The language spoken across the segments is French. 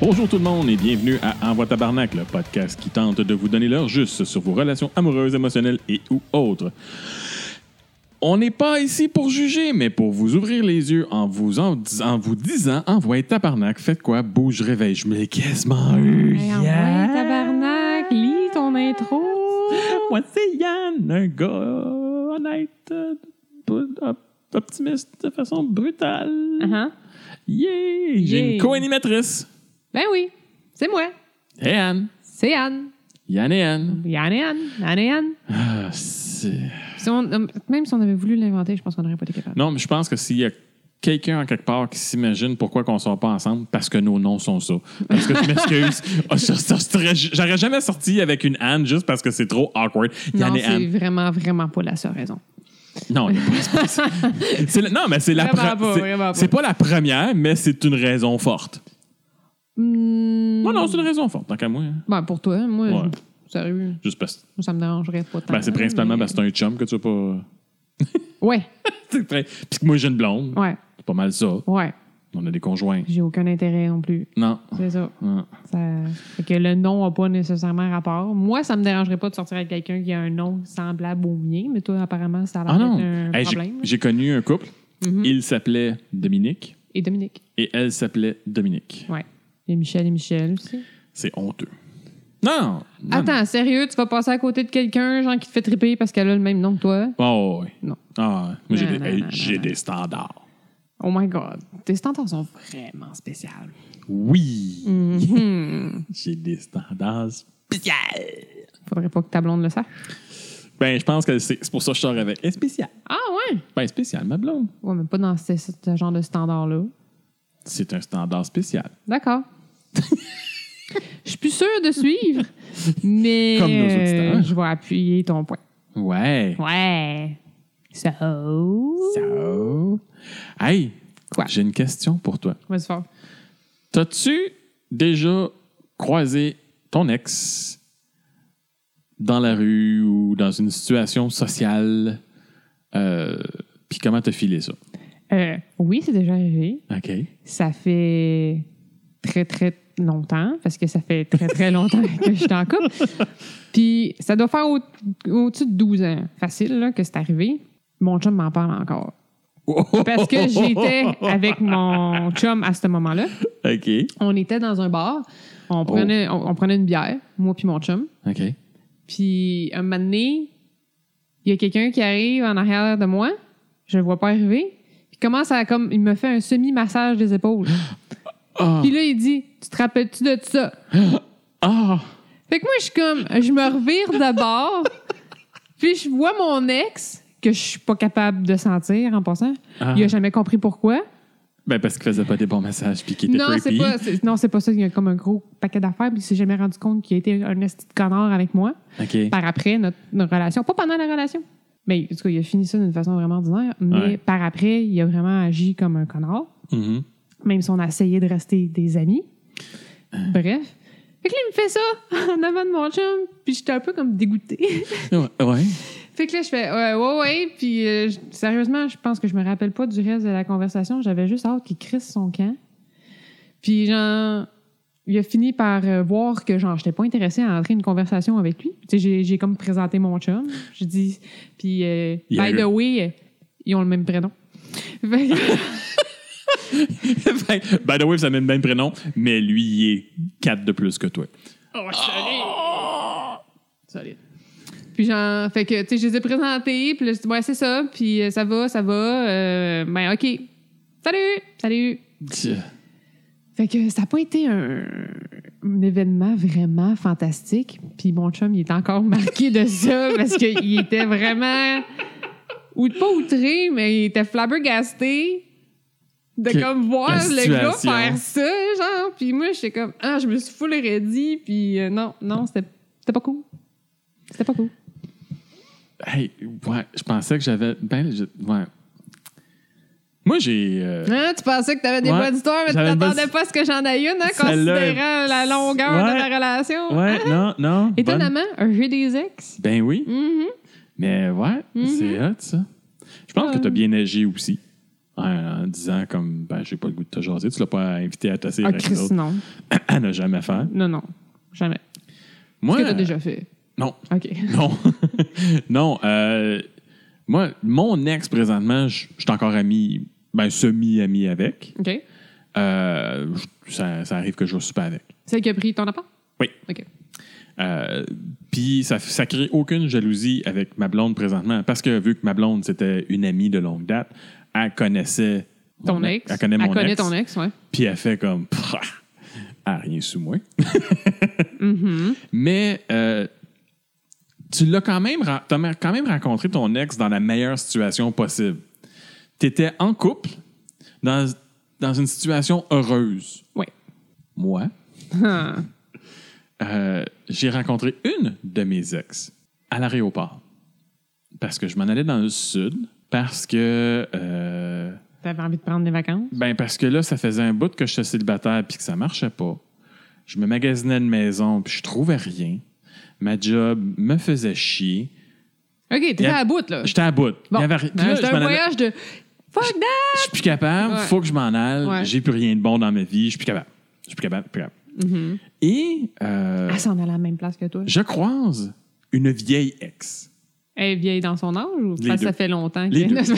Bonjour tout le monde et bienvenue à Envoi Tabarnak, le podcast qui tente de vous donner l'heure juste sur vos relations amoureuses, émotionnelles et ou autres. On n'est pas ici pour juger, mais pour vous ouvrir les yeux en vous, en, en vous disant Envoie Tabarnak, faites quoi, bouge, réveille, je me l'ai quasiment eu. Hey, envoie Eh tabarnak, lis ton intro. Moi, c'est Yann, un gars honnête, euh, peu- op- optimiste de façon brutale. Uh-huh. Yeah! J'ai une Yeah. co-animatrice. Ben oui, c'est moi. Hey Anne. C'est Anne. Yann et Anne. Yann et Anne. Anne et Anne. Ah, c'est- Si on- euh, même si on avait voulu l'inventer, je pense qu'on n'aurait pas été capable. Non, mais je pense que s'il y a quelqu'un en quelque part qui s'imagine pourquoi qu'on sort pas ensemble, parce que nos noms sont ça. Parce que je m'excuse. Ah, ça- ça serait- J'aurais jamais sorti avec une Anne juste parce que c'est trop awkward. Non, Yann et c'est Anne. vraiment, vraiment pas la seule raison. Non, il y a pas- c'est pas ça. C'est la- Non, mais c'est la Vraiment pre- pas, c'est- vraiment pas. C'est pas la première, mais c'est une raison forte. Hmm, Non, non, c'est une raison forte, tant qu'à moi. hein. Ben, pour toi, moi, Ouais. je- sérieux, Juste parce moi, ça me dérangerait pas tant. ben, c'est principalement mais- parce que c'est un chum que tu veux pas. euh, Ouais, C'est vrai. Puis que moi, j'ai une blonde. ouais, C'est pas mal ça. ouais. On a des conjoints. J'ai aucun intérêt non plus. Non. C'est ça. Non. Ça- Fait que le nom n'a pas nécessairement rapport. Moi, ça me dérangerait pas de sortir avec quelqu'un qui a un nom semblable au mien, mais toi, apparemment, ça a l'air Ah non. d'être un Hey, j'ai- problème. J'ai connu un couple. Mhm. Il s'appelait Dominique Et Dominique. et elle s'appelait Dominique. Ouais. Et Michel et Michel aussi. C'est honteux. Non! non, Attends, sérieux, tu vas passer à côté de quelqu'un, genre, qui te fait triper parce qu'elle a le même nom que toi? non. Oh, oui. Non. Ah, ouais. moi, j'ai Non, des, non, hey, non, j'ai non, des standards. Oh my God. Tes standards sont vraiment spéciales. Oui! Mhm. J'ai des standards spéciales. Faudrait pas que ta blonde le sache. Ben, je pense que c'est c'est pour ça que je sors avec. Elle est spéciale. Ah ouais? Ben, spéciale, ma blonde. Ouais, mais pas dans ce, ce genre de standard-là. C'est un standard spécial. D'accord. Je suis plus sûre de suivre, mais Comme nos euh, auditeurs. je vais appuyer ton point. Ouais. Ouais. So. So. Hey! Quoi? J'ai une question pour toi. Vas-y fort. T'as-tu déjà croisé ton ex dans la rue ou dans une situation sociale? Euh, Puis comment t'as filé ça? Euh, oui, c'est déjà arrivé. OK. Ça fait très, très longtemps, parce que ça fait très, très longtemps que je suis en couple. Puis ça doit faire au- au-dessus de 12 ans, facile, là, que c'est arrivé. Mon chum m'en parle encore. Parce que j'étais avec mon chum à ce moment-là. OK. On était dans un bar. On prenait, on, on prenait une bière, moi puis mon chum. OK. Puis un moment donné, il y a quelqu'un qui arrive en arrière de moi. Je le vois pas arriver. Puis commence à comme il me fait un semi-massage des épaules. Ah! Puis là il dit "Tu te rappelles-tu de ça Ah! Fait que moi je suis comme je me revire de bord. puis je vois mon ex que je suis pas capable de sentir en passant. Ah. Il a jamais compris pourquoi. Ben parce qu'il faisait pas des bons messages puis qu'il était Non, c'est creepy. pas c'est- non, c'est pas ça, il y a comme un gros paquet d'affaires puis il s'est jamais rendu compte qu'il a été un esti de connard avec moi. OK. par après notre, notre relation. Pas pendant la relation. Mais en tout cas, il a fini ça d'une façon vraiment ordinaire. Mais Ouais. par après, il a vraiment agi comme un connard, Mhm. même si on a essayé de rester des amis. Bref. Fait que là, il me fait ça en avant de mon chum, puis j'étais un peu comme dégoûtée. Ouais. ouais. fait que là, je fais ouais, ouais, ouais. Puis euh, je- sérieusement, je pense que je me rappelle pas du reste de la conversation. J'avais juste hâte qu'il crisse son camp. Puis genre, il a fini par euh, voir que genre j'étais pas intéressée à entrer une conversation avec lui. Tu sais, j'ai- j'ai comme présenté mon chum. J'ai dit puis euh, Il a by eu- the way, euh, ils ont le même prénom. Fait que- Ben, By the way, ça met le même prénom, mais lui, il est 4 de plus que toi. oh, solide. Oh! Solide. Puis genre, fait que, tu sais, je les ai présentés, puis là, je dis, ouais, c'est ça, puis euh, ça va, ça va, euh, ben, OK. Salut! Salut! Tiens. Fait que ça n'a pas été un, un événement vraiment fantastique. Puis mon chum, il est encore marqué de ça parce qu'il était vraiment. Ou pas outré, mais il était flabbergasté de Que- comme voir la le gars situation. faire ça, genre. Puis moi, j'étais comme, ah, je me suis full ready. Puis euh, non, non, c'était c'était pas cool. C'était pas cool. Hey, ouais, je pensais que j'avais. Ben, je- ouais. Moi, j'ai. euh, Hein, tu pensais que t'avais des Ouais, bonnes histoires, mais tu j'avais une bonne- t'attendais pas à ce que j'en ai une, hein, Celle-là est- considérant la longueur de Ouais. ma relation. Ouais, Hein? non, non. bonne- Étonnamment, j'ai des ex. Ben oui. Mhm. Mais ouais, Mhm. c'est hot, ça. Je pense que Ouais. t'as bien agi aussi. En, en disant comme ben j'ai pas le goût de te jaser, tu l'as pas invité à tasser Ah, avec Chris, d'autres. non. à ne jamais faire. Non, non. Jamais. Moi, euh, Ce que t'as déjà fait. non, OK. non, non. euh, moi, mon ex présentement, je je suis encore ami, ben semi-ami avec. OK. Euh, je- ça, ça arrive que je vais souper avec. Celle qui a pris ton appart? Oui. OK. Euh, Puis ça, ça crée aucune jalousie avec ma blonde présentement. Parce que vu que ma blonde, c'était une amie de longue date, elle connaissait. Ton mon ex. Elle connaît mon ex. ton ex, ouais. Puis elle fait comme. Pah, elle a rien sous moi. Mhm. Mais euh, tu l'as quand même, ra- t'as ma- quand même rencontré ton ex dans la meilleure situation possible. Tu étais en couple, dans, dans une situation heureuse. Ouais. Moi, Ah. Euh, j'ai rencontré une de mes ex à l'aéroport. Parce que je m'en allais dans le sud. Parce que. euh, T'avais envie de prendre des vacances? ben, parce que là, ça faisait un bout que j'étais célibataire puis que ça marchait pas. Je me magasinais une maison puis je trouvais rien. Ma job me faisait chier. OK, t'étais Il y a- à bout, là. J'étais à bout. Bon. Il y avait rien. Puis là, Ben, je C'était m'en un allais- voyage de... Fuck that! Je suis plus capable. Ouais. Faut que je m'en aille. Ouais. J'ai plus rien de bon dans ma vie. Je suis plus capable. Je suis plus capable. Plus capable. Mhm. Et euh, Elle s'en allait à la même place que toi. je croise une vieille ex. Elle est vieille dans son âge ou Les parce que deux. ça fait longtemps? Les qu'elle- deux.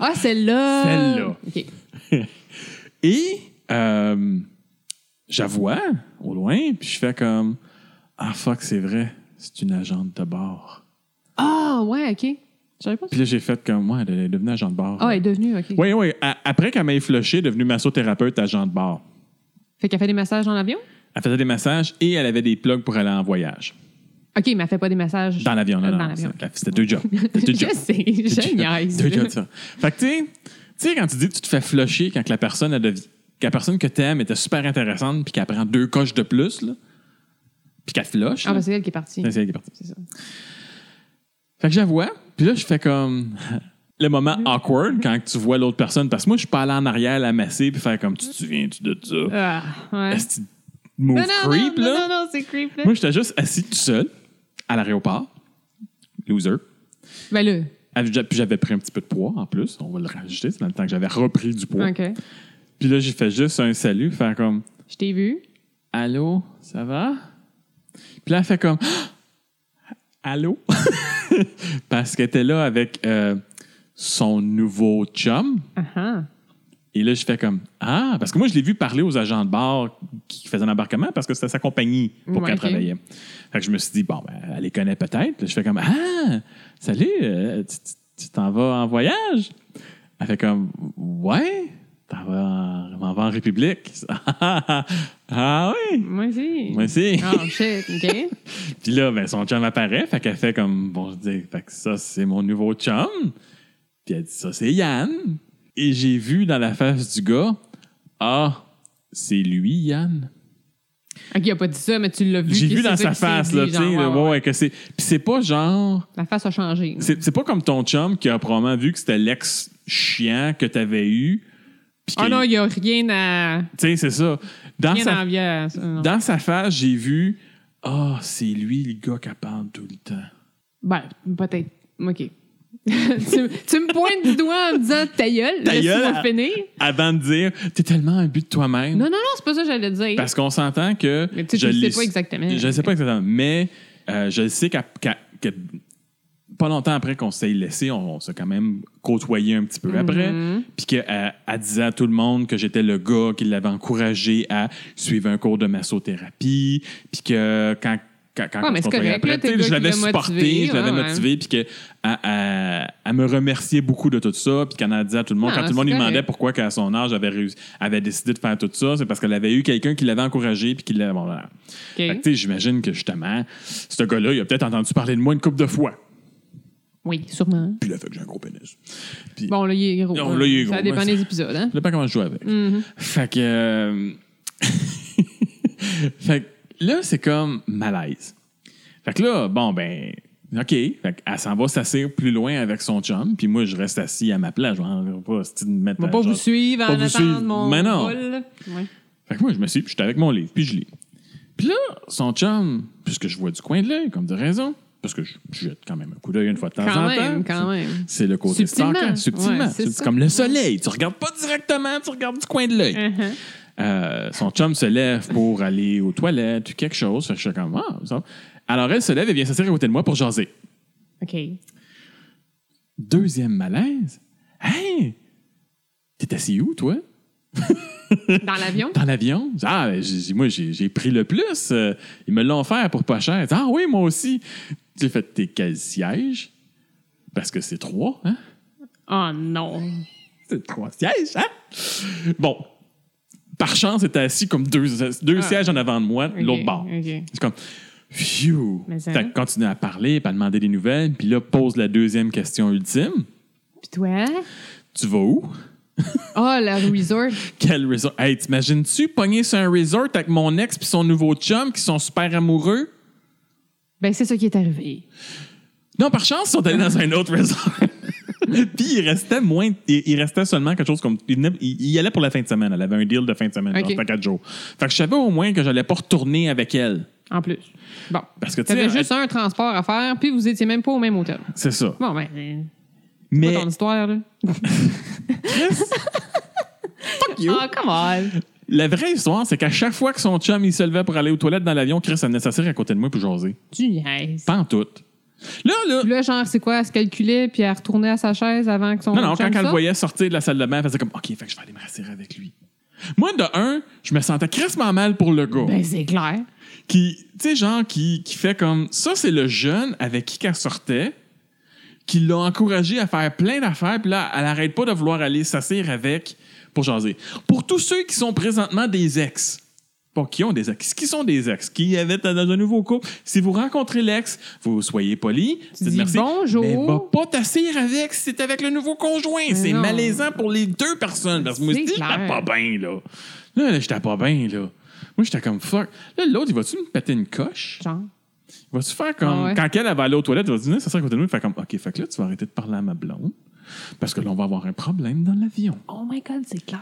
ah, celle-là! Celle-là. OK. Et euh, j'avoue au loin, puis je fais comme Ah fuck, c'est vrai, c'est une agente de bord. Ah, ouais, OK. Je savais pas. Puis là, j'ai fait comme Ouais, elle est devenue agent de bord. Ah, elle est devenue, OK. Oui, oui. a- Après qu'elle m'ait flushé, elle est devenue massothérapeute agent de bord. Fait qu'elle fait des massages dans l'avion? Elle faisait des massages et elle avait des plugs pour aller en voyage. OK, mais elle fait pas des massages. Dans l'avion, non, Dans non, l'avion. c'est- C'était deux jobs. C'était deux jobs. je sais, Ah, Deux je jobs. niaise. Deux là. jobs, ça. Fait que, tu sais, tu sais, quand tu dis que tu te fais flusher quand que la personne, elle devi- que la personne que t'aimes était super intéressante puis qu'elle prend deux coches de plus, là, puis qu'elle flush, Ah, là, ben c'est elle qui est partie. c'est elle qui est partie. C'est ça. Fait que j'avoue, puis là, je fais comme le moment Mm. awkward quand tu vois l'autre personne, parce que moi, je suis pas allé en arrière la masser puis faire comme tu te souviens-tu de ça? Ah, ouais. Est-ce que tu move Non, non, creep, non, là? non, non, non, c'est creep, là. Moi, j'étais juste assis tout seul à l'aéroport. Loser. Ben là, Puis j'avais pris un petit peu de poids en plus, on va le rajouter, c'est dans le temps que j'avais repris du poids. OK. Puis là, j'ai fait juste un salut, faire comme Je t'ai vu. Allô, ça va? Puis là, elle fait comme Ah! Allô? Parce qu'elle était là avec euh, son nouveau chum. Ah, ah. Et là, je fais comme Ah, parce que moi, je l'ai vu parler aux agents de bar qui faisaient l'embarquement parce que c'était sa compagnie pour Ouais, qu'elle ok. travaillait. Fait que je me suis dit, bon, ben, elle les connaît peut-être. Là, Je fais comme Ah, salut, euh, tu- tu tu t'en vas en voyage? Elle fait comme Ouais, t'en vas en, m'en vas en République. ah oui, Moi aussi. moi aussi. Oh, shit, OK. Puis là, ben, son chum apparaît, fait qu'elle fait comme Bon, je dis, fait que ça, c'est mon nouveau chum. Puis elle dit ça, c'est Yann. Et j'ai vu dans la face du gars Ah, c'est lui, Yann. OK, il a pas dit ça, mais tu l'as vu. J'ai puis vu c'est dans ça sa qu'il s'est face, dit, là, tu sais, genre, là, ouais, ouais, ouais. ouais, que c'est. Puis c'est pas genre. La face a changé. C'est c'est pas comme ton chum qui a probablement vu que c'était l'ex chiant que t'avais eu. Puis Ah que- non, tu il n'y a rien à... sais, c'est ça. Dans Rien à sa, envier à ça, non. dans sa face, j'ai vu Ah, c'est lui le gars qui parle tout le temps. Ben, peut-être. OK. tu, tu me pointes du doigt en me disant ta gueule, Ta laisse-moi gueule, finir. Avant de dire T'es tellement imbu de toi-même. Non, non, non, c'est pas ça que j'allais dire. Parce qu'on s'entend que. Mais tu sais, je tu le l'ai- sais pas exactement. Je le sais pas exactement. Mais euh, je le sais qu'à- qu'à- que pas longtemps après qu'on s'est laissé, on, on s'est quand même côtoyé un petit peu après. Mhm. Puis qu'elle elle disait à tout le monde que j'étais le gars qui l'avait encouragé à suivre un cours de massothérapie. Puis que quand. Quand, quand Ouais, on Ah, mais se c'est côtoyait correct, là, après, t'es tu le sais, je gars qui l'avais l'a supporté, motivé, je l'avais ouais, ouais. motivé, puis que elle- elle- elle me remerciait beaucoup de tout ça, puis qu'elle en disait à tout le monde, Ah, quand tout le monde lui c'est demandait correct. pourquoi qu'à son âge, avait, réussi, avait décidé de faire tout ça, c'est parce qu'elle avait eu quelqu'un qui l'avait encouragé, puis qui l'avait... bon, voilà. OK. Fait que, tu sais, j'imagine que justement, ce gars-là, il a peut-être entendu parler de moi une couple de fois. Oui, sûrement. Puis là, fait que j'ai un gros pénis. Puis Bon, là, il est gros. Non, hein. là, il est Ça gros, dépend ouais, des épisodes, hein? je sais pas comment je joue avec. Mhm. Fait que... euh, fait que là, c'est comme malaise. Fait que là, bon, ben, OK. Fait elle s'en va s'asseoir plus loin avec son chum, puis moi, je reste assis à ma place. Je vais pas c'est de me mettre On va à- pas vous genre- suivre pas en vous attendant suivre. mon Mais non. vol. Ouais. Fait que moi, je me suis, puis j'étais avec mon livre, puis je lis. Puis là, son chum, puisque je vois du coin de l'œil, comme de raison, parce que je, je jette quand même un coup d'œil une fois de temps Quand en même, temps. quand c'est- même. C'est le côté Subtilement. stalker, subtilement. Ouais, c'est c'est ça. comme le soleil. Tu regardes pas directement, tu regardes du coin de l'œil. Uh-huh. Euh, son chum se lève pour aller aux toilettes ou quelque chose. Fait que je suis comme, ah, ça. Alors elle se lève et vient s'asseoir à côté de moi pour jaser. OK. Deuxième malaise. Hey! T'es assis où, toi? Dans l'avion? Dans l'avion? Ah, ben, j'ai- j'ai- moi, j'ai j'ai pris le plus. Euh, ils me l'ont offert pour pas cher. Ah oui, moi aussi. J'ai fait tes quel siège? Parce que c'est trois, hein? Oh non. C'est trois sièges, hein? Bon. Par chance, c'était assis comme deux, deux Ah. sièges en avant de moi, OK, l'autre bord. OK. C'est comme, phew! Mais ça- hein? Fait que continue à parler, puis à demander des nouvelles, puis là, pose la deuxième question ultime. Puis toi? Tu vas où? Oh, le resort. Quel resort? Hey, t'imagines-tu pogner sur un resort avec mon ex puis son nouveau chum qui sont super amoureux? Ben, c'est ça qui est arrivé. Non, par chance, ils sont allés dans un autre resort. Puis il restait moins, il il restait seulement quelque chose comme, il, venait- il- il allait pour la fin de semaine. Elle avait un deal de fin de semaine, Ok. genre, c'était quatre jours. Fait que je savais au moins que j'allais pas retourner avec elle. En plus. Bon. Parce que tu T'avais sais, juste un transport à faire, puis vous étiez même pas au même hôtel. c'est ça. Bon, ben, euh, Mais pas ton histoire, là. fuck you. Ah, come on! La vraie histoire, c'est qu'à chaque fois que son chum il se levait pour aller aux toilettes dans l'avion, Chris amenait sa série à côté de moi pour jaser. Tu niaises. Pas en tout. Là, là, Puis là, genre, c'est quoi? Elle se calculait, puis elle retournait à sa chaise avant que son. Non, non, chum quand elle le sorte? voyait sortir de la salle de bain, elle faisait comme OK, fait que je vais aller me rassurer avec lui. Moi, de un, je me sentais crissement mal pour le gars. Ben, c'est clair. Qui, tu sais, genre, qui, qui fait comme ça, c'est le jeune avec qui qu'elle sortait, qui l'a encouragé à faire plein d'affaires, puis là, elle arrête pas de vouloir aller s'asseoir avec pour jaser. Pour tous ceux qui sont présentement des ex, pas qui ont des ex, qui sont des ex, qui avaient dans un nouveau couple, si vous rencontrez l'ex, vous soyez poli, Tu dites dis merci. bonjour. Mais va pas t'asseoir avec si c'est avec le nouveau conjoint. C'est non. malaisant pour les deux personnes. Parce que moi C'est aussi, j'étais clair. pas bien, là. Là, là, j'étais pas bien, là. Moi, j'étais comme fuck. Là, l'autre, il va-tu me péter une coche? Genre. Il va-tu faire comme. Ah ouais. Quand elle elle va aller aux toilettes, il va dire, ça sert à côté de nous. Il fait comme, OK, fait que là, tu vas arrêter de parler à ma blonde. Parce que là, on va avoir un problème dans l'avion. Oh my god, c'est clair.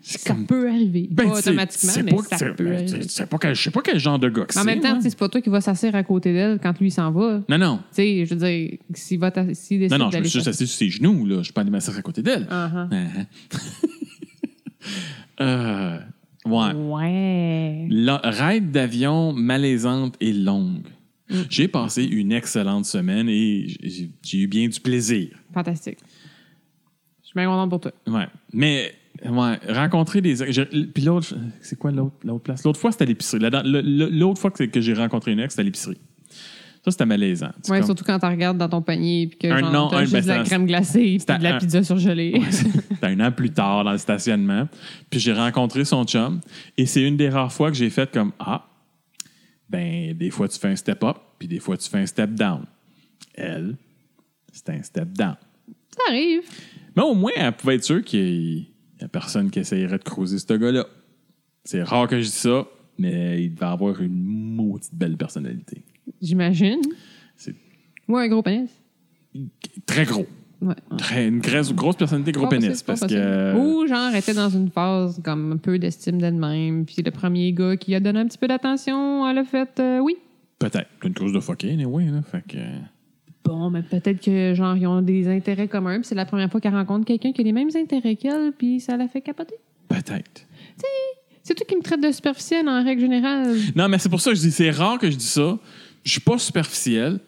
C'est Ça comme- peut arriver. Ben, pas tu sais, automatiquement, tu sais mais pas- ça tu sais- peut ben, tu sais- arriver. tu sais pas quel- Je sais pas quel genre de gars que c'est. Mais En même temps, moi. tu sais, c'est pas toi qui vas s'asseoir à côté d'elle quand lui s'en va. Tu Non, non. sais, je veux dire, s'il va t'a- s'il décide Non, non, je me d'aller suis juste s'asseoir- assis sur ses genoux, là. Je suis pas allé m'asseoir à côté d'elle. Uh-huh. Uh-huh. Euh, ouais. Uh-huh. Ouais. La ride d'avion malaisante et longue. J'ai passé une excellente semaine et j'ai- j'ai eu bien du plaisir. Fantastique. Je suis bien contente pour toi. Ouais. Mais ouais, rencontrer des j'ai- puis l'autre c'est quoi l'autre l'autre place L'autre fois c'était à l'épicerie. La- la- la- L'autre fois que, c'est- que j'ai rencontré une ex c'était à l'épicerie. Ça c'était malaisant. C'est Ouais, comme- surtout quand tu regardes dans ton panier puis que Un genre, non, t'as un juste de la baissant. crème glacée puis C'était de la un- pizza surgelée. Ouais, c'était Ben, un an plus tard dans le stationnement. Puis j'ai rencontré son chum. Et c'est une des rares fois que j'ai fait comme Ah, ben, des fois tu fais un step up, puis des fois tu fais un step down. Elle, c'était un step down. ça arrive. Mais au moins, elle pouvait être sûre qu'il n'y a personne qui essayerait de croiser ce gars-là. C'est rare que je dis ça, mais il devait avoir une maudite belle personnalité. J'imagine. C'est Ou un gros pénis. très gros. Ouais. Très- une grosse, grosse personnalité, gros Pas possible, pénis. Ah, ben, pas Parce possible. que. Ou genre était dans une phase comme un peu d'estime d'elle-même, puis le premier gars qui a donné un petit peu d'attention, elle a fait euh, oui. Peut-être. Une cause de fucking, anyway, là. Fait que. Bon, mais peut-être que genre ils ont des intérêts communs, puis c'est la première fois qu'elle rencontre quelqu'un qui a les mêmes intérêts qu'elle, puis ça la fait capoter. Peut-être. C'est toi qui me traites de superficielle en règle générale. Non, mais c'est pour ça que je dis, c'est rare que je dis ça. Je suis pas superficiel,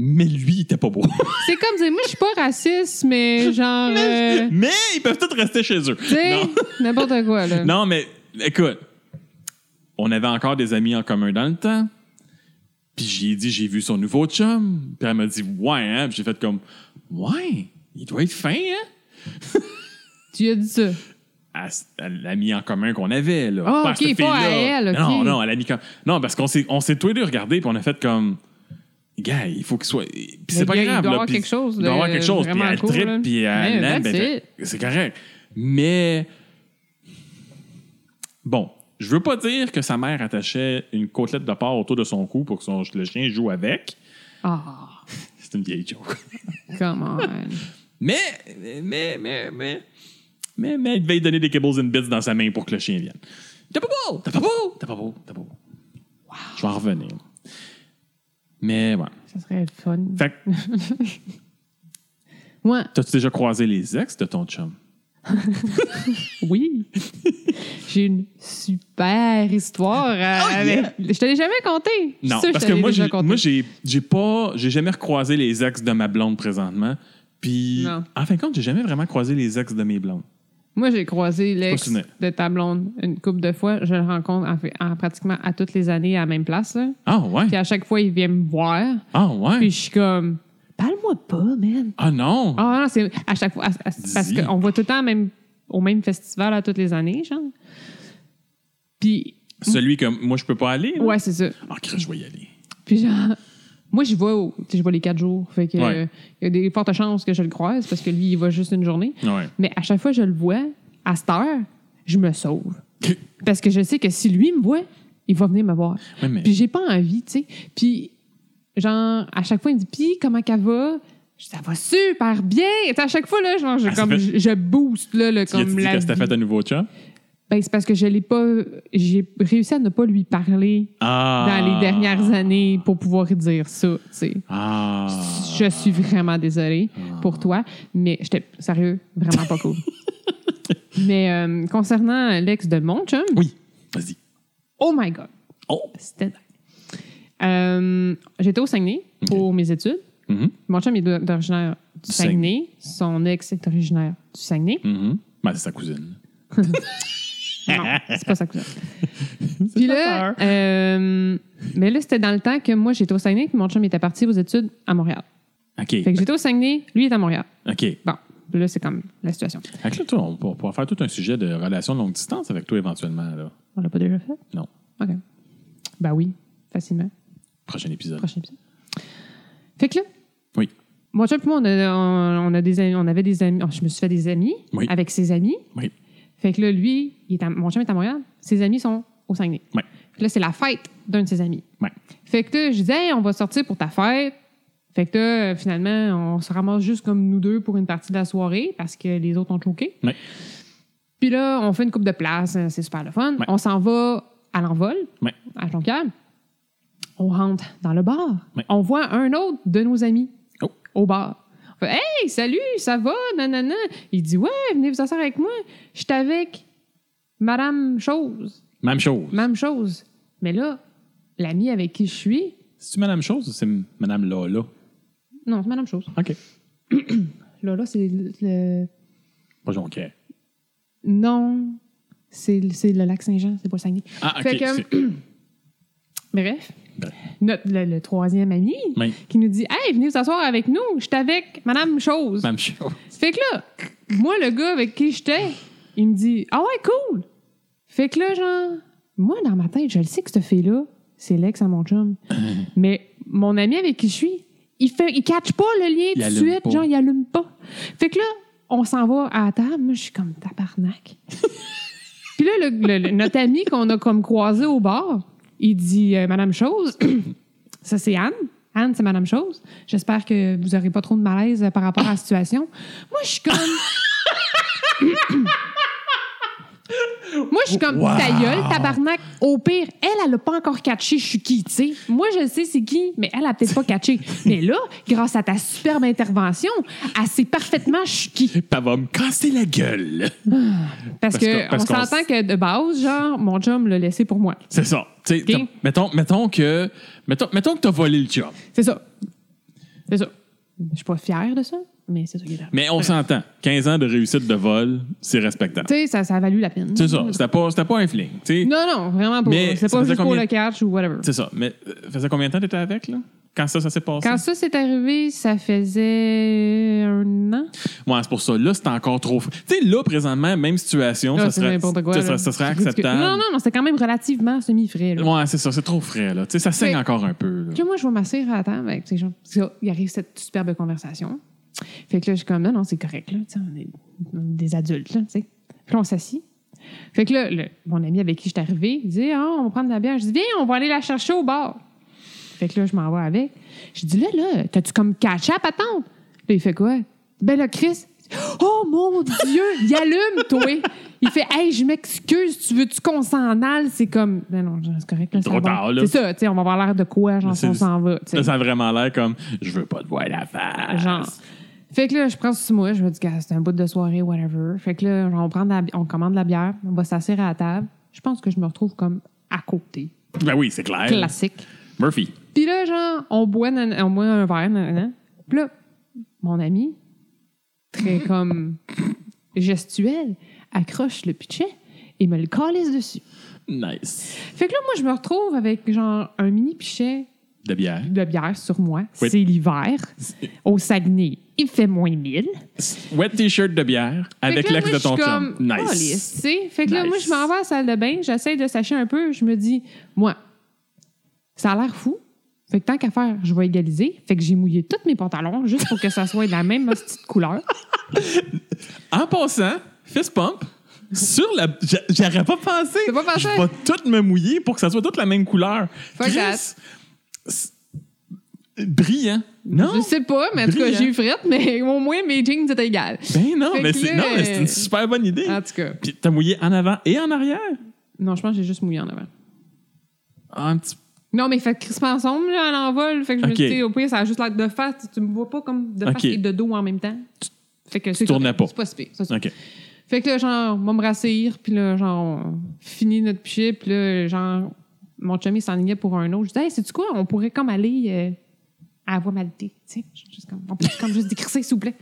mais lui, il était pas beau. C'est comme dire, moi je suis pas raciste, mais genre, euh, mais ils peuvent tous rester chez eux. tu sais, Non. n'importe quoi là. Non, mais écoute, on avait encore des amis en commun dans le temps. Puis j'ai dit, j'ai vu son nouveau chum. Puis elle m'a dit, ouais, hein. Puis j'ai fait comme, ouais, il doit être fin, hein. Tu as dit ça. à, à l'ami en commun qu'on avait. Là. Ah, à ok, cette pas à fille-là. elle, ok. Non, non, à l'ami com- Non, parce qu'on s'est, on s'est tous les deux regardés, puis on a fait comme. Gars, il faut qu'il soit. Puis c'est Le pas gars, il grave. doit là, avoir puis- quelque chose Il doit de avoir quelque chose. Puis vraiment elle cool, tripe, là. puis elle Ouais, l'aime, that's ben, it. C'est correct. Mais. Bon, je veux pas dire que sa mère attachait une côtelette de porc autour de son cou pour que son, le chien joue avec. Ah, C'est une vieille joke. come on. Mais, mais, mais, mais, mais, mais, il devait lui donner des kibbles and bits dans sa main pour que le chien vienne. T'as pas beau! T'as pas beau! T'as pas beau! T'as pas beau! Je vais en revenir. Mais, ouais. Ça serait le fun. Fait que, Ouais, t'as-tu déjà croisé les ex de ton chum? oui. J'ai une super histoire. euh, Oh, yeah. avec... Je te l'ai jamais contée. Je suis Non, sûre parce je te que l'ai moi, déjà j'ai- contée. moi, j'ai j'ai pas, j'ai jamais recroisé les ex de ma blonde présentement. Puis, Non. en fin de compte, j'ai jamais vraiment croisé les ex de mes blondes. Moi, j'ai croisé l'ex souvenir. de ta blonde une couple de fois. Je le rencontre en, fait- en pratiquement à toutes les années à la même place. là. Ah ouais? Puis à chaque fois, il vient me voir. Ah ouais? Puis je suis comme, parle-moi pas, man. ah non! Ah non, c'est à chaque fois. à- à- parce Dis. qu'on va tout le temps au même, au même festival à toutes les années, genre. Puis, Celui que moi, je peux pas aller? là? ouais, c'est ça. Ah, Christ, je vais y aller. Puis genre, moi, j'y vais, au- tu sais, je vais les quatre jours. Fait que Ouais. euh, il y a des fortes chances que je le croise parce que lui, il va juste une journée. Ouais. Mais à chaque fois que je le vois, à cette heure, je me sauve. Parce que je sais que si lui me voit, il va venir me voir. Ouais, mais- Puis j'ai pas envie, tu sais. Puis, genre, à chaque fois, il me dit Puis, comment qu'elle va Je dis, Ça va super bien. Et à chaque fois, là, genre, je, Ah, ça comme, fait- je, je booste, là, le, Tu as dit comme la. que t'as vie. fait un nouveau chum? Ben, c'est parce que je l'ai pas. J'ai réussi à ne pas lui parler Ah! dans les dernières années pour pouvoir dire ça, tu sais. Ah! Je suis vraiment désolée pour toi, mais j'étais sérieux, vraiment pas cool. mais euh, concernant l'ex de mon chum, Oui, vas-y. oh my God, Oh! c'était dingue. Euh, J'étais au Saguenay pour mes études. Mhm, Mon chum est d'o- d'originaire du Du Saguenay. Son ex est originaire du Saguenay. mhm. Ben, c'est sa cousine. Non, c'est pas ça que Puis là, euh, mais là, c'était dans le temps que moi, j'étais au Saguenay, puis mon chum était parti aux études à Montréal. OK. Fait que j'étais au Saguenay, lui est à Montréal. OK. Fait Bon, là, c'est comme la situation. que là, toi, on va pouvoir faire tout un sujet de relation de longue distance avec toi éventuellement, là. On l'a pas déjà fait? Non. OK. Ben oui, facilement. Prochain épisode. Prochain épisode. Fait que là, Oui. mon chum et moi, on, a, on, on a des, amis- on avait des amis. oh, je me suis fait des amis Oui. avec ses amis. Oui. Fait que là, lui, il est à- mon chum est à Montréal. Ses amis sont au Saguenay. Ouais. Fait que là, c'est la fête d'un de ses amis. Ouais. Fait que là, je disais, Hey, on va sortir pour ta fête. Fait que là, finalement, on se ramasse juste comme nous deux pour une partie de la soirée parce que les autres ont choqué. Ouais. Puis là, on fait une coupe de place, euh, c'est super le fun. Ouais. On s'en va à l'envol, Ouais. à Jonquière. On rentre dans le bar. Ouais. On voit un autre de nos amis Oh. au bar. On fait Hey, salut, ça va? Nanana. Il dit Ouais, venez vous asseoir avec moi. Je suis avec Madame Chose. Même chose. Même chose. Mais là, l'ami avec qui je suis, C'est-tu Madame Chose ou c'est Madame Lola? non, c'est Madame Chose. OK. Là, là, c'est le- le. Pas Jonquière. Non, c'est le- c'est le lac Saint-Jean, c'est pas le Saguenay. Ah, OK. Fait que- euh, c'est- Bref, Ben. notre, le, le troisième ami Oui. qui nous dit Hey, venez vous asseoir avec nous, je suis avec Madame Chose. Même chose. Fait que là, moi, le gars avec qui j'étais, il me dit Ah ouais, cool. Fait que là, genre, moi, dans ma tête, je le sais que cette fille-là, c'est l'ex à mon chum. Mais mon ami avec qui je suis, il fait, il catch pas le lien Il tout de allume suite, pas. genre, il allume pas. Fait que là, on s'en va à la table. Moi, je suis comme tabarnak. Puis là, le- le- le- notre ami qu'on a comme croisé au bar, il dit euh, Madame Chose, ça c'est Anne. Anne, c'est Madame Chose. J'espère que vous n'aurez pas trop de malaise euh, par rapport à la situation. Moi, je suis comme. Moi, je suis comme Wow. ta gueule, tabarnak. Au pire, elle, elle n'a pas encore catché, je suis qui, tu sais. Moi, je sais c'est qui, mais elle a peut-être pas catché. Mais là, grâce à ta superbe intervention, elle sait parfaitement je suis qui. Pas va me casser la gueule. Parce, Parce que que- parce on qu'on s'entend s- que de base, genre, mon chum l'a laissé pour moi. C'est ça. Tu sais, t'as- Mettons, mettons que. Mettons, mettons que t'as volé le job. C'est ça. C'est ça. Je suis pas fière de ça, mais c'est ça qui est arrivé. Mais on s'entend. 15 ans de réussite de vol, c'est respectable. Tu sais, ça, ça a valu la peine. C'est ça. C'était pas, c'était pas un fling. tu sais. Non, non, vraiment pas. Mais ça C'est pas faisait juste pour combien- le catch ou whatever. C'est ça. Mais euh, faisait combien de temps t'étais avec, là? Quand ça, ça s'est passé? Quand ça s'est arrivé, ça faisait un an. Ouais, c'est pour ça. Là, c'est encore trop. fr- Tu sais, là, présentement, même situation, Ah, ça, c'est serait, n'importe quoi. ça, là. serait- ça serait C'est ridicule. acceptable. Non, non, non, c'était quand même relativement semi-frais. là. Ouais, c'est ça. C'est trop frais, là. Tu sais, ça saigne Mais- encore un peu. là. Puis là, moi, je vais m'asseoir à ben, la table avec ces gens. Puis là, Il arrive cette superbe conversation. Fait que là, je suis comme, non, non, c'est correct, là. Tu sais, On est on est des adultes, là, tu sais. Puis là, on s'assit. Fait que là, le- mon ami avec qui je suis arrivée, il dit, ah, on va prendre de la bière. Je dis, viens, on va aller la chercher au bar. Fait que là, je m'en vais avec. Je dis, là, là, t'as-tu comme catch à patente? Là, il fait quoi? Ben là, Chris, oh mon Dieu, il allume, toi! Il fait, hey, je m'excuse, tu veux-tu qu'on s'en aille? C'est comme, ben non, c'est correct, là, ça Trop va. tard, là. C'est ça, tu sais, on va avoir l'air de quoi, genre, si C'est- on s'en va. tu sais. Là, ça a vraiment l'air comme je veux pas te voir la face. Genre. Fait que là, je prends sur moi, je me dis, Gars, c'est un bout de soirée, whatever. Fait que là, genre, on, prend de la bi- on commande de la bière, on va s'asseoir à la table. Je pense que je me retrouve comme à côté. Ben oui, c'est clair. Classique. Murphy. Puis là, genre, on boit, nan- on boit un verre, nan- nan. Puis là, mon ami, très comme gestuel, accroche le pichet et me le calisse dessus. Nice. Fait que là, moi, je me retrouve avec, genre, un mini pichet De bière. de bière sur moi. Oui. C'est l'hiver, au Saguenay. Il fait moins 1000. Wet t-shirt de bière avec Fait que là, l'ex moi, de ton je suis chum. comme, Oh, les- tu Nice. sais. Fait que là, Nice. moi, je m'en vais à la salle de bain, j'essaie de sacher un peu, je me dis, moi, ça a l'air fou. Fait que tant qu'à faire, je vais égaliser. Fait que j'ai mouillé tous mes pantalons juste pour que ça soit de la même petite couleur. En passant, fist pump. Sur la. j'a- J'aurais pas pensé. T'as pas pensé? Je vais tout me mouiller pour que ça soit toute la même couleur. Fuck that. Chris, c'est- Brillant. Non? Je sais pas, mais en tout cas, Brillant. j'ai eu frette, mais au moins mes jeans étaient égales. Ben non, Fait mais que c'est là, non, mais c'est une euh, super bonne idée. En tout cas, Puis t'as mouillé en avant et en arrière? non, je pense que j'ai juste mouillé en avant. Un petit Non, mais fait crispement sombre, là, à l'envol. Fait que je me Ok. suis dit, au pire, ça a juste l'air de face. Tu- Tu me vois pas comme de face Ok. et de dos en même temps. Fait que c'est tournais correct. pas. C'est pas si pire, ça, c'est OK. Fait que là, genre, on va me rassir, puis là, genre, on finit notre pichet, puis là, genre, mon chum, il s'enlignait pour un autre. Je dis, hey, sais-tu quoi, on pourrait comme aller euh, à la voie maltée, tu sais, juste comme, on peut comme juste décrisser, s'il vous plaît.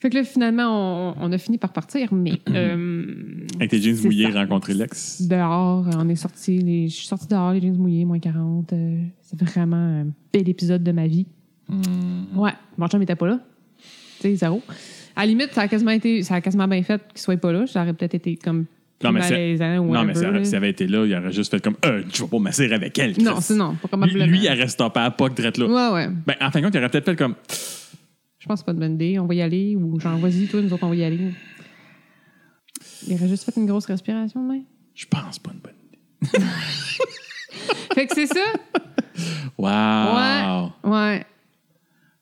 Fait que là, finalement, on, on a fini par partir, mais euh, Avec tes jeans C'est mouillés, ça. rencontrer l'ex. dehors, euh, on est sorti, les- je suis sortie dehors, les jeans mouillés, moins 40. euh, c'est vraiment un bel épisode de ma vie. Mm. Ouais, mon chum était pas là. Tu sais, zéro. À la limite, ça a quasiment, été, ça a quasiment bien fait qu'il soit pas là. J'aurais peut-être été comme plus Non, mais c'est- malaisant ou Non, mais whatever, là. si ça avait été là, il aurait juste fait comme euh, Je vais pas m'asseoir avec elle. Chris. Non, c'est non, pas Lui, probablement. lui, il aurait stoppé à Puck drette là. Ouais, ouais. Ben, en fin de compte, il aurait peut-être fait comme Je pense que c'est pas de bonne idée. On va y aller. Ou genre, vas-y, toi, nous autres, on va y aller. Il aurait juste fait une grosse respiration, mais. Je pense pas une bonne idée. Fait que c'est ça. Wow. Ouais. Ouais.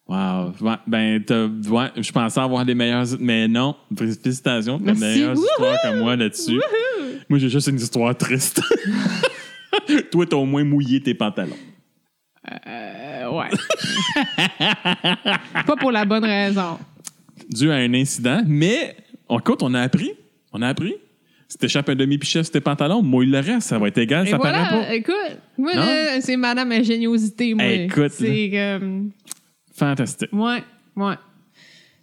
Wow. Ouais, Ben, t'as- ouais, je pensais avoir des meilleures. Mais non, félicitations, t'as des Merci. meilleures histoires Wouhou! que moi là-dessus. Moi, j'ai juste une histoire triste. Toi, t'as au moins mouillé tes pantalons. Euh, ouais. pas pour la bonne raison. dû à un incident, mais en compte, on a appris. On a appris. Si t'échappes un demi-pichet sur tes pantalons, mouille le reste, ça va être égal, Et ça paraît pas. voilà, écoute, moi, Non? là, c'est madame ingéniosité, moi. Écoute, C'est comme. Fantastique. Ouais, ouais.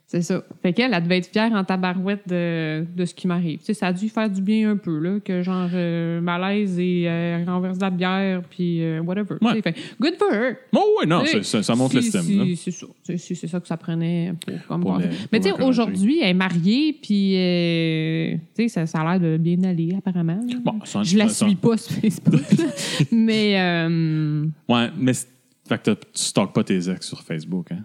C'est ça. Fait qu'elle, elle devait être fière en tabarouette de, de ce qui m'arrive. Tu sais, ça a dû faire du bien un peu, là, que genre euh, malaise et euh, renverse de la bière, puis euh, whatever. Ouais. Tu sais, Fait, good for her. Bon, ouais, non, Tu ça, sais, ça- ça montre si- l'estime. si- là. C'est ça. Tu sais, si C'est ça que ça prenait pour, comme Pour penser. le- pour Mais tu sais, encourager. aujourd'hui, elle est mariée, puis euh, tu sais, ça, ça a l'air de bien aller, apparemment. là. Bon, ça- Je la ça- suis pas sur Facebook, là. mais euh, Ouais, mais c'est- fait que t'as- tu stalkes pas tes ex sur Facebook, hein?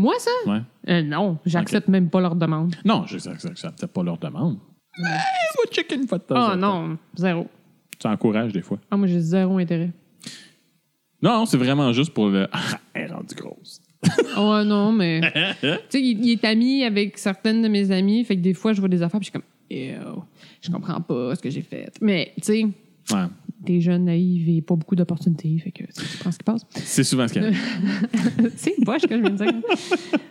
moi, ça, Ouais. euh, non, j'accepte même pas leur demande. Non, je sais que ça- ça peut-être pas leur demande. Mais faut checker une fois de temps. en Ah temps. non, zéro. Tu encourages des fois. Ah, moi, j'ai zéro intérêt. Non, c'est vraiment juste pour le. Elle est rendue grosse. Oh non, mais. tu sais, il, il est ami avec certaines de mes amies, fait que des fois, je vois des affaires, puis je suis comme, Ew, je comprends pas ce que j'ai fait. Mais, tu sais, Ouais. des jeunes naïves et pas beaucoup d'opportunités, fait que c'est- je pense qu'il passe. C'est souvent ce qu'il y a. c'est boche que je viens de dire.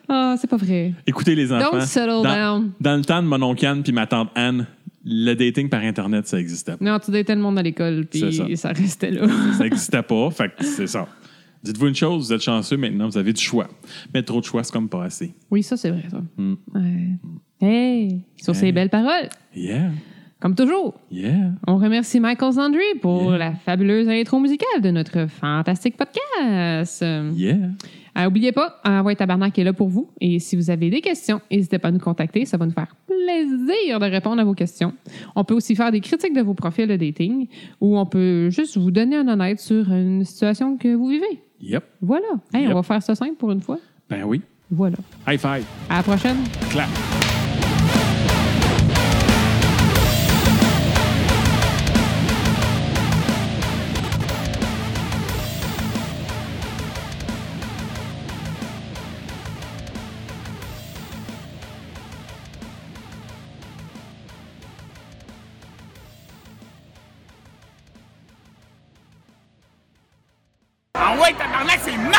Ah, c'est pas vrai. Écoutez les enfants. Don't dans- settle down. Dans le temps de mon oncle Anne puis ma tante Anne, le dating par Internet, ça existait pas. Non, tu datais le monde à l'école, C'est puis ça. ça. restait là. Ça n'existait pas, fait que c'est ça. Dites-vous une chose, vous êtes chanceux maintenant, vous avez du choix. Mais trop de choix, c'est comme pas assez. oui, ça, c'est vrai, ça. Ouais. Hey, sur Hmm. ces Hey. belles paroles, Yeah, comme toujours. yeah. On remercie Michael Zandry pour Yeah. la fabuleuse intro musicale de notre fantastique podcast. N'oubliez Yeah. Euh, oubliez pas, Envoyez Tabarnak est là pour vous. Et si vous avez des questions, n'hésitez pas à nous contacter. Ça va nous faire plaisir de répondre à vos questions. On peut aussi faire des critiques de vos profils de dating ou on peut juste vous donner un honnête sur une situation que vous vivez. Yep. Voilà. Hey, Yep. On va faire ça simple pour une fois. Ben oui. Voilà. High five. À la prochaine. Clap. ouais, tabarnak, c'est mal!